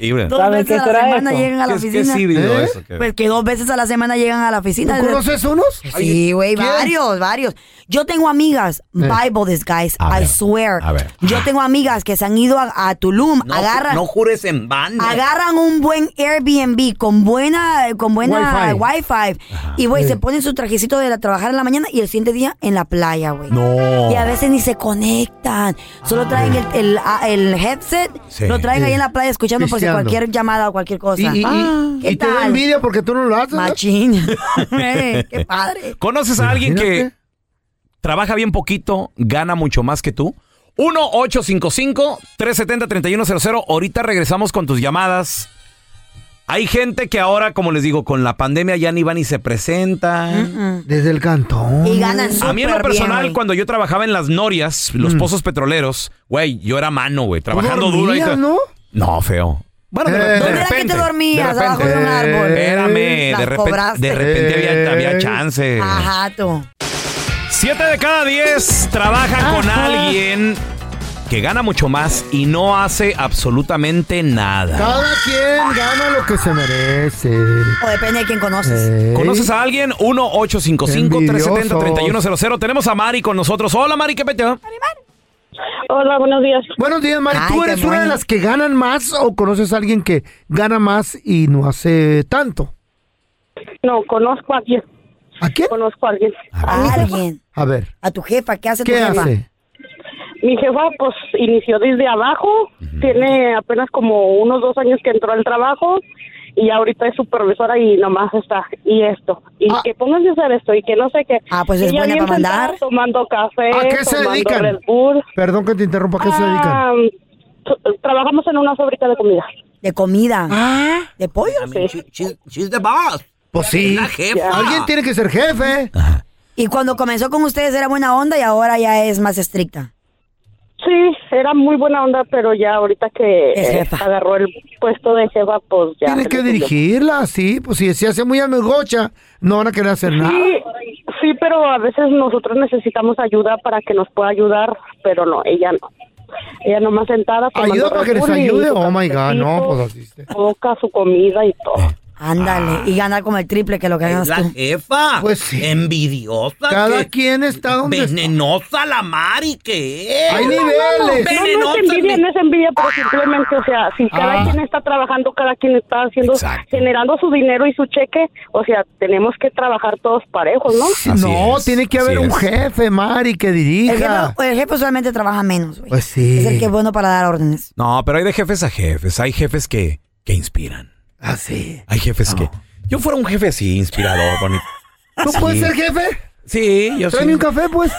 [SPEAKER 4] ¿Híbridos?
[SPEAKER 3] Dos veces a la semana llegan a la
[SPEAKER 1] ¿Qué es- qué
[SPEAKER 3] oficina.
[SPEAKER 1] es híbrido eso? ¿Qué?
[SPEAKER 3] Pues que dos veces a la semana llegan a la oficina.
[SPEAKER 4] ¿Eh? ¿Tú conoces unos?
[SPEAKER 3] Sí, güey,
[SPEAKER 4] ¿Quién? Eh.
[SPEAKER 3] varios, varios. Yo tengo amigas, Bible this guys, I swear.
[SPEAKER 1] a ver.
[SPEAKER 3] Yo tengo amigas que se han ido a, a Tulum, agarran,
[SPEAKER 1] No jures en vano.
[SPEAKER 3] agarran un buen Airbnb con buena, con buena
[SPEAKER 1] Wi-Fi.
[SPEAKER 3] Wi-Fi, y güey, se ponen su trajecito de la- trabajar en la mañana y el siguiente día en la playa, güey.
[SPEAKER 1] No.
[SPEAKER 4] Oh.
[SPEAKER 3] Y a veces ni se conectan. Solo traen
[SPEAKER 4] Ah.
[SPEAKER 3] el, el- a- el headset,
[SPEAKER 1] Sí.
[SPEAKER 3] lo traen ahí en la playa escuchando por si
[SPEAKER 4] Pisteando.
[SPEAKER 3] cualquier llamada o cualquier cosa.
[SPEAKER 4] Y, y- y-
[SPEAKER 3] Ah, ¿Qué
[SPEAKER 4] y te da
[SPEAKER 3] tal?
[SPEAKER 4] envidia porque tú no lo haces. ¿no?
[SPEAKER 3] Machín. Eh, qué padre.
[SPEAKER 1] ¿Conoces a alguien que trabaja bien poquito, gana mucho más que tú? 1-855-370-3100. Ahorita regresamos con tus llamadas. Hay gente que ahora, como les digo, con la pandemia ya ni van y se presentan.
[SPEAKER 4] Desde el cantón.
[SPEAKER 3] Mm. Y ganan
[SPEAKER 1] A mí en lo
[SPEAKER 3] súper bien,
[SPEAKER 1] personal,
[SPEAKER 3] güey.
[SPEAKER 1] cuando yo trabajaba en las norias, los
[SPEAKER 4] Mm.
[SPEAKER 1] pozos petroleros, güey, yo era mano, güey, trabajando duro. ahí
[SPEAKER 4] dormías,
[SPEAKER 1] tra-
[SPEAKER 4] ¿no?
[SPEAKER 1] No, feo. Bueno, de,
[SPEAKER 4] Eh.
[SPEAKER 1] de
[SPEAKER 3] ¿Dónde era que
[SPEAKER 1] repente.
[SPEAKER 3] te dormías?
[SPEAKER 1] de
[SPEAKER 3] Abajo de un
[SPEAKER 1] repente. Eh,
[SPEAKER 3] árbol.
[SPEAKER 1] Espérame,
[SPEAKER 3] Las
[SPEAKER 1] de repente,
[SPEAKER 3] cobraste.
[SPEAKER 1] de repente había, había chance.
[SPEAKER 3] Ajá, tú.
[SPEAKER 1] Siete de cada diez trabaja con alguien que gana mucho más y no hace absolutamente nada. Eh.
[SPEAKER 4] Cada quien gana lo que se merece.
[SPEAKER 3] O depende de quién conoces.
[SPEAKER 4] Ey.
[SPEAKER 1] ¿Conoces a alguien? 1-855-370-3100. Tenemos a Mari con nosotros. Hola, Mari, ¿qué peteo?
[SPEAKER 11] Hola, buenos días.
[SPEAKER 4] Buenos días, Mari.
[SPEAKER 3] Ay,
[SPEAKER 4] ¿Tú
[SPEAKER 3] qué
[SPEAKER 4] eres una de
[SPEAKER 3] bueno.
[SPEAKER 4] las que ganan más o conoces a alguien que gana más y no hace tanto?
[SPEAKER 11] No, conozco a alguien.
[SPEAKER 4] ¿A quién?
[SPEAKER 11] Conozco a alguien.
[SPEAKER 3] A alguien.
[SPEAKER 4] A ver,
[SPEAKER 3] A tu jefa. ¿Qué hace tu
[SPEAKER 4] ¿qué
[SPEAKER 3] jefa?
[SPEAKER 4] hace?
[SPEAKER 11] Mi jefa, pues, inició desde abajo. Tiene apenas como unos dos años que entró al trabajo. Y ahorita es supervisora y nomás está. Y esto. Y
[SPEAKER 4] Ah.
[SPEAKER 11] que pónganse a hacer esto. Y que no sé qué.
[SPEAKER 3] Ah, pues es
[SPEAKER 11] Ella
[SPEAKER 3] buena
[SPEAKER 11] bien
[SPEAKER 3] para mandar.
[SPEAKER 11] sentada, Tomando café.
[SPEAKER 4] ¿A qué se
[SPEAKER 11] tomando
[SPEAKER 4] dedican?
[SPEAKER 11] Red Bull.
[SPEAKER 4] Perdón que te interrumpa, ¿a qué se dedican?
[SPEAKER 11] Ah, t- trabajamos en una fábrica de comida.
[SPEAKER 3] De comida.
[SPEAKER 4] Ah,
[SPEAKER 3] De pollo.
[SPEAKER 4] pues sí. Alguien tiene que ser jefe.
[SPEAKER 3] Y cuando comenzó con ustedes era buena onda y ahora ya es más estricta.
[SPEAKER 11] Sí, era muy buena onda, pero ya ahorita que
[SPEAKER 3] Es
[SPEAKER 11] eh,
[SPEAKER 3] jefa.
[SPEAKER 11] agarró el puesto de jefa, pues ya.
[SPEAKER 4] Tiene
[SPEAKER 11] se
[SPEAKER 4] que
[SPEAKER 11] le subió.
[SPEAKER 4] dirigirla, sí. Pues si se hace muy amigocha, no van a querer hacer nada.
[SPEAKER 11] Sí, sí, pero a veces nosotros necesitamos ayuda para que nos pueda ayudar, pero no, ella no. Ella nomás sentada. tomando
[SPEAKER 4] Ayuda para que les
[SPEAKER 11] Red Bull y
[SPEAKER 4] ayude.
[SPEAKER 11] su
[SPEAKER 4] Oh my God, no,
[SPEAKER 11] cafecito,
[SPEAKER 4] pues así. está.
[SPEAKER 11] Toca su comida y todo.
[SPEAKER 3] Ándale. Y ganar como el triple que lo que ganas tú.
[SPEAKER 1] jefa.
[SPEAKER 4] Pues sí.
[SPEAKER 1] Envidiosa.
[SPEAKER 4] Cada
[SPEAKER 1] que-
[SPEAKER 4] quien está donde está.
[SPEAKER 1] Venenosa la Mari que es.
[SPEAKER 4] Hay
[SPEAKER 1] no,
[SPEAKER 4] niveles.
[SPEAKER 1] no.
[SPEAKER 11] No, no
[SPEAKER 1] Venenosa,
[SPEAKER 11] es envidia,
[SPEAKER 1] mi-
[SPEAKER 11] no es envidia, pero simplemente, o sea, si cada
[SPEAKER 4] Ah.
[SPEAKER 11] quien está trabajando, cada quien está haciendo,
[SPEAKER 1] Exacto.
[SPEAKER 11] generando su dinero y su cheque, o sea, tenemos que trabajar todos parejos, ¿no?
[SPEAKER 1] Así
[SPEAKER 4] No,
[SPEAKER 1] es,
[SPEAKER 4] tiene que
[SPEAKER 1] así
[SPEAKER 4] haber un
[SPEAKER 1] es.
[SPEAKER 4] jefe, Mari, que
[SPEAKER 3] El
[SPEAKER 4] dirija.
[SPEAKER 3] jefe, el jefe solamente trabaja menos, güey.
[SPEAKER 4] Pues sí.
[SPEAKER 3] Es el que es bueno para dar órdenes.
[SPEAKER 1] No, pero hay de jefes a jefes. Hay jefes que, que inspiran.
[SPEAKER 4] Así.
[SPEAKER 1] Hay jefes que. Yo fuera un jefe así, inspirador, bonito.
[SPEAKER 4] ¿Tú
[SPEAKER 1] Sí.
[SPEAKER 4] puedes ser jefe?
[SPEAKER 1] Sí, yo
[SPEAKER 4] Tráeme
[SPEAKER 1] sí.
[SPEAKER 4] un café, pues.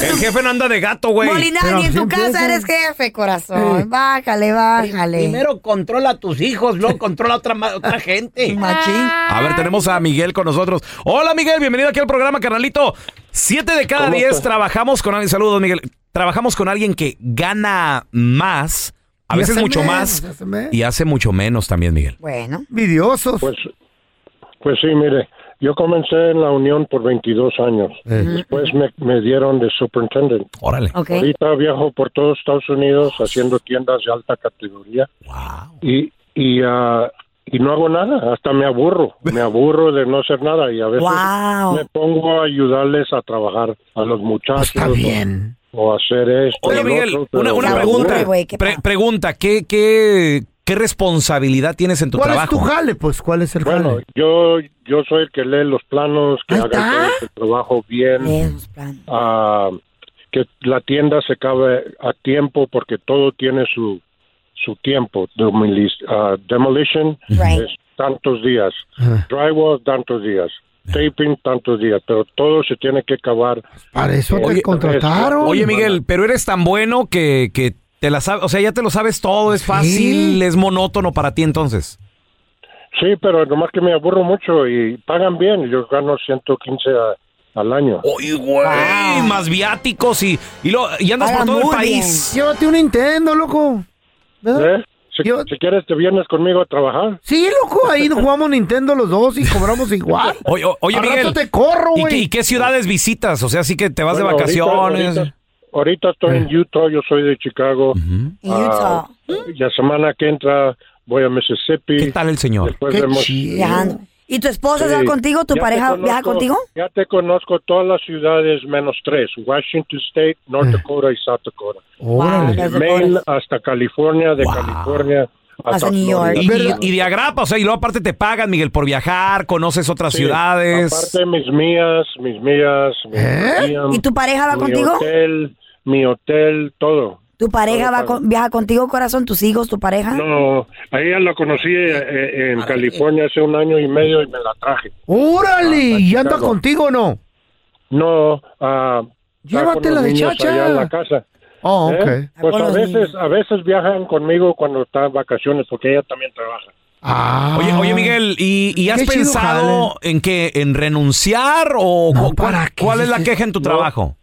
[SPEAKER 1] El jefe no anda de gato, güey.
[SPEAKER 3] Molinari,
[SPEAKER 4] Pero
[SPEAKER 3] en tu
[SPEAKER 4] siempre
[SPEAKER 3] casa eres
[SPEAKER 4] es-
[SPEAKER 3] jefe, corazón. Bájale, bájale.
[SPEAKER 1] controla a tus hijos, luego controla a otra, otra gente.
[SPEAKER 4] Ah.
[SPEAKER 3] Machín.
[SPEAKER 1] A ver, tenemos a Miguel con nosotros. Hola, Miguel, bienvenido aquí al programa, carnalito. Siete de cada
[SPEAKER 11] ¿Cómo
[SPEAKER 1] diez
[SPEAKER 11] estás?
[SPEAKER 1] trabajamos con alguien. Saludos, Miguel. Trabajamos con alguien que gana más, a
[SPEAKER 4] Y
[SPEAKER 1] veces
[SPEAKER 4] hace
[SPEAKER 1] mucho
[SPEAKER 4] menos,
[SPEAKER 1] más,
[SPEAKER 4] hace menos.
[SPEAKER 1] y hace mucho menos también, Miguel.
[SPEAKER 3] Bueno.
[SPEAKER 4] Vidiosos.
[SPEAKER 12] Pues, pues sí, mire, yo comencé en la Unión por 22 años. Después me, me dieron de superintendent.
[SPEAKER 1] Órale.
[SPEAKER 3] Ok.
[SPEAKER 12] Ahorita viajo por todos Estados Unidos haciendo tiendas de alta categoría
[SPEAKER 1] Wow.
[SPEAKER 12] y, y, ah, y no hago nada, hasta me aburro. Me aburro de no hacer nada y a veces
[SPEAKER 3] Wow.
[SPEAKER 12] me pongo a ayudarles a trabajar a los muchachos
[SPEAKER 4] Está bien.
[SPEAKER 12] o a hacer esto.
[SPEAKER 1] Oye,
[SPEAKER 12] el
[SPEAKER 1] Miguel,
[SPEAKER 12] otro,
[SPEAKER 1] una,
[SPEAKER 12] pero
[SPEAKER 1] una
[SPEAKER 3] Se
[SPEAKER 12] me
[SPEAKER 1] pregunta.
[SPEAKER 3] aburre,
[SPEAKER 12] aburro.
[SPEAKER 3] güey, ¿qué
[SPEAKER 1] Pre-
[SPEAKER 3] pasa?
[SPEAKER 1] pregunta, ¿qué, qué, qué responsabilidad tienes en tu
[SPEAKER 4] ¿Cuál es
[SPEAKER 1] trabajo?
[SPEAKER 4] tu jale, pues? ¿Cuál es el
[SPEAKER 12] Bueno,
[SPEAKER 4] jale?
[SPEAKER 12] yo, yo soy el que lee los planos, que
[SPEAKER 4] Ahí
[SPEAKER 12] haga
[SPEAKER 4] está.
[SPEAKER 12] todo este trabajo bien.
[SPEAKER 3] Lee sus planes.
[SPEAKER 12] a que la tienda se acabe a tiempo porque todo tiene su su tiempo. Demoli- ah, demolition
[SPEAKER 3] Right.
[SPEAKER 12] es tantos días,
[SPEAKER 4] Ah.
[SPEAKER 12] drywall tantos días, taping tantos días, pero todo se tiene que acabar.
[SPEAKER 4] Para eso
[SPEAKER 12] Oye,
[SPEAKER 4] te contrataron.
[SPEAKER 1] Oye, Miguel, pero eres tan bueno que, que te la sabes, o sea, ya te lo sabes todo, es fácil, es monótono para ti entonces.
[SPEAKER 12] Sí, pero nomás que me aburro mucho y pagan bien. Yo gano 115 a- al año.
[SPEAKER 1] Oye, güey, más viáticos y, y, lo- y andas
[SPEAKER 3] Ahora,
[SPEAKER 1] por todo el
[SPEAKER 3] muy
[SPEAKER 1] país.
[SPEAKER 4] Llévate un Nintendo, loco. ¿Verdad?
[SPEAKER 12] ¿Eh? Si, si quieres, te vienes conmigo a trabajar.
[SPEAKER 4] Sí, loco, ahí nos jugamos Nintendo los dos y cobramos igual.
[SPEAKER 1] Oye, o- oye,
[SPEAKER 4] Al rato
[SPEAKER 1] Miguel.
[SPEAKER 4] te corro,
[SPEAKER 1] ¿y,
[SPEAKER 4] güey.
[SPEAKER 1] qué- y qué ciudades visitas? O sea, sí que te vas
[SPEAKER 12] Bueno,
[SPEAKER 1] de
[SPEAKER 12] ahorita-
[SPEAKER 1] vacaciones.
[SPEAKER 12] Ahorita, ahorita estoy en Utah, yo soy de Chicago.
[SPEAKER 3] Ah,
[SPEAKER 12] y la semana que entra voy a Mississippi. ¿Qué tal
[SPEAKER 1] el señor?
[SPEAKER 3] Qué Viajando. ¿Y tu esposa se va
[SPEAKER 12] Sí.
[SPEAKER 3] contigo? ¿Tu
[SPEAKER 12] Ya te
[SPEAKER 3] pareja
[SPEAKER 12] conozco-
[SPEAKER 3] viaja contigo?
[SPEAKER 12] Ya te conozco todas las ciudades menos tres, Washington State, North Dakota y South Dakota.
[SPEAKER 4] Órale.
[SPEAKER 12] Desde
[SPEAKER 4] Las Dakotas.
[SPEAKER 12] Maine hasta California, de California hasta, Florida.
[SPEAKER 1] Y, y- y de agrapa, o sea, y luego aparte te pagan, Miguel, por viajar, conoces otras
[SPEAKER 12] Sí,
[SPEAKER 1] ciudades.
[SPEAKER 12] Aparte mis mías, mis mías. mis mías,
[SPEAKER 3] ¿Y tu pareja va
[SPEAKER 12] mi
[SPEAKER 3] contigo?
[SPEAKER 12] Hotel, mi hotel, todo.
[SPEAKER 3] ¿Tu pareja va con- viaja contigo, corazón? ¿Tus hijos, tu
[SPEAKER 4] Ah.
[SPEAKER 3] pareja?
[SPEAKER 12] No, a ella la conocí eh, en California hace un año y medio y me la traje. Ah,
[SPEAKER 4] ¡Órale! ¿Y anda
[SPEAKER 12] Chicago.
[SPEAKER 4] contigo o no?
[SPEAKER 12] No, ah, está con
[SPEAKER 4] Llévatela
[SPEAKER 12] los
[SPEAKER 4] de
[SPEAKER 12] niños
[SPEAKER 4] chacha.
[SPEAKER 12] allá en la casa.
[SPEAKER 4] Oh,
[SPEAKER 12] ¿Eh?
[SPEAKER 4] ok.
[SPEAKER 12] Pues
[SPEAKER 4] Con
[SPEAKER 12] a
[SPEAKER 4] los
[SPEAKER 12] veces, a veces viajan conmigo cuando están en vacaciones porque ella también trabaja.
[SPEAKER 1] Oye, oye, Miguel, ¿y, y has
[SPEAKER 12] Ah. Qué chido,
[SPEAKER 1] pensado en que en renunciar o cu- cuál, cuál es la queja en tu trabajo?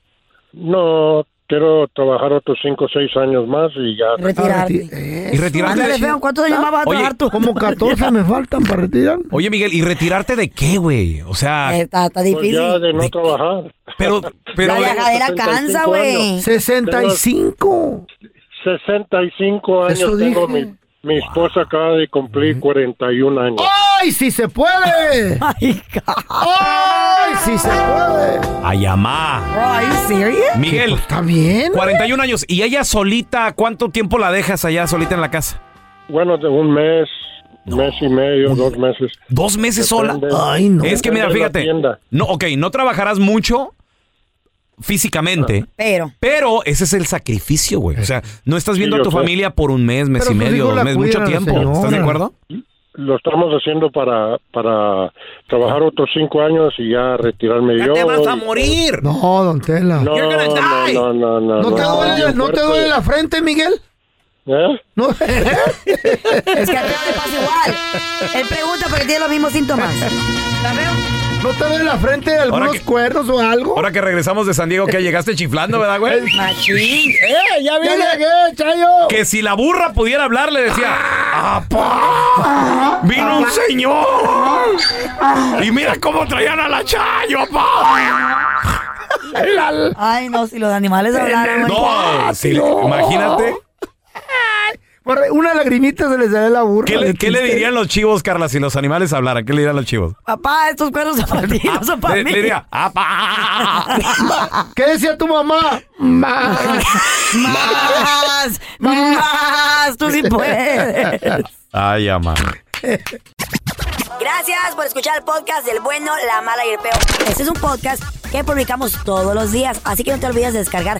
[SPEAKER 12] No, quiero trabajar otros cinco o seis años más y ya.
[SPEAKER 4] Ah,
[SPEAKER 3] Retirarte.
[SPEAKER 1] ¿Y retirarte?
[SPEAKER 3] Ándale, feo, ¿Cuántos años más vas a
[SPEAKER 1] Oye,
[SPEAKER 3] trabajar tú?
[SPEAKER 4] Como 14 me faltan para retirar.
[SPEAKER 1] Oye, Miguel, ¿y retirarte de qué, güey? O sea,
[SPEAKER 3] Eh, Está, está
[SPEAKER 12] Pues
[SPEAKER 3] difícil.
[SPEAKER 12] ya de no trabajar.
[SPEAKER 1] pero, pero eh,
[SPEAKER 3] La viajadera cansa, güey.
[SPEAKER 4] 65.
[SPEAKER 12] 65 años
[SPEAKER 4] Eso
[SPEAKER 12] tengo.
[SPEAKER 4] dije.
[SPEAKER 12] Mi, mi esposa acaba de cumplir 41 años.
[SPEAKER 3] Oh.
[SPEAKER 4] ¡Ay, si se puede! ¡Ay, si se puede!
[SPEAKER 1] ay, amá.
[SPEAKER 3] Bro, are you serious?
[SPEAKER 1] Miguel,
[SPEAKER 12] Pues,
[SPEAKER 4] está bien.
[SPEAKER 1] 41 años. ¿Y ella solita? ¿Cuánto tiempo la dejas allá solita en la casa?
[SPEAKER 12] Bueno, de un mes, mes y medio, dos meses.
[SPEAKER 1] ¿Dos meses sola?
[SPEAKER 12] Depende-
[SPEAKER 1] Es que mira,
[SPEAKER 12] depende de la
[SPEAKER 1] fíjate.
[SPEAKER 12] tienda.
[SPEAKER 1] No, ok, no trabajarás mucho físicamente.
[SPEAKER 3] Pero.
[SPEAKER 1] Pero ese es el sacrificio, güey. O sea, no estás viendo
[SPEAKER 12] Ah. Sí,
[SPEAKER 1] a
[SPEAKER 12] yo
[SPEAKER 1] tu
[SPEAKER 12] sé.
[SPEAKER 1] familia por un mes, mes
[SPEAKER 12] Pero
[SPEAKER 1] y
[SPEAKER 12] sus
[SPEAKER 1] medio,
[SPEAKER 12] hijos
[SPEAKER 1] dos
[SPEAKER 12] la
[SPEAKER 1] meses, mucho
[SPEAKER 12] cuidan a la
[SPEAKER 1] tiempo. ¿Estás de
[SPEAKER 12] señora.
[SPEAKER 1] acuerdo?
[SPEAKER 12] Lo estamos haciendo para, para trabajar otros cinco años y ya retirarme yo.
[SPEAKER 1] morir!
[SPEAKER 4] No, don Tela.
[SPEAKER 12] No, no, no, no, no,
[SPEAKER 4] ¿No te
[SPEAKER 12] no, yo
[SPEAKER 4] duele, ¿no te
[SPEAKER 12] fuerte.
[SPEAKER 4] duele la frente, Miguel?
[SPEAKER 12] ¿Eh?
[SPEAKER 4] No.
[SPEAKER 3] Es que a ti te pasa igual. Él pregunta porque tiene los mismos síntomas. ¿La veo?
[SPEAKER 4] ¿No te duele la frente de algunos
[SPEAKER 1] que-
[SPEAKER 4] cuernos o algo?
[SPEAKER 1] Ahora que regresamos de San Diego, que llegaste chiflando, ¿verdad, güey?
[SPEAKER 3] Machín.
[SPEAKER 4] ¡Eh, ya viene! llegué, Chayo!
[SPEAKER 1] Que si la burra pudiera hablar, le decía, ¡Apá! ¡Vino un señor! ¡Y mira cómo traían a la chayo, apá!
[SPEAKER 3] Ay, no, si los animales hablaran, güey.
[SPEAKER 1] No, sí, imagínate.
[SPEAKER 4] Por ahí Una lagrimita se les da de la burra.
[SPEAKER 1] ¿Qué le,
[SPEAKER 4] de
[SPEAKER 1] qué le
[SPEAKER 4] tristeza.
[SPEAKER 1] dirían los chivos, Carla, si los animales hablaran? ¿Qué le dirían los chivos?
[SPEAKER 3] Papá, estos cuernos son para ti, no son para
[SPEAKER 1] Le,
[SPEAKER 3] mí.
[SPEAKER 1] le diría, "Ah, ¡Apá!
[SPEAKER 4] ¿Qué decía tu mamá? Más.
[SPEAKER 3] Más, más, tú sí puedes.
[SPEAKER 1] Ay, amá.
[SPEAKER 3] Gracias por escuchar el podcast del bueno, la mala y el peor. Este es un podcast que publicamos todos los días, así que no te olvides de descargar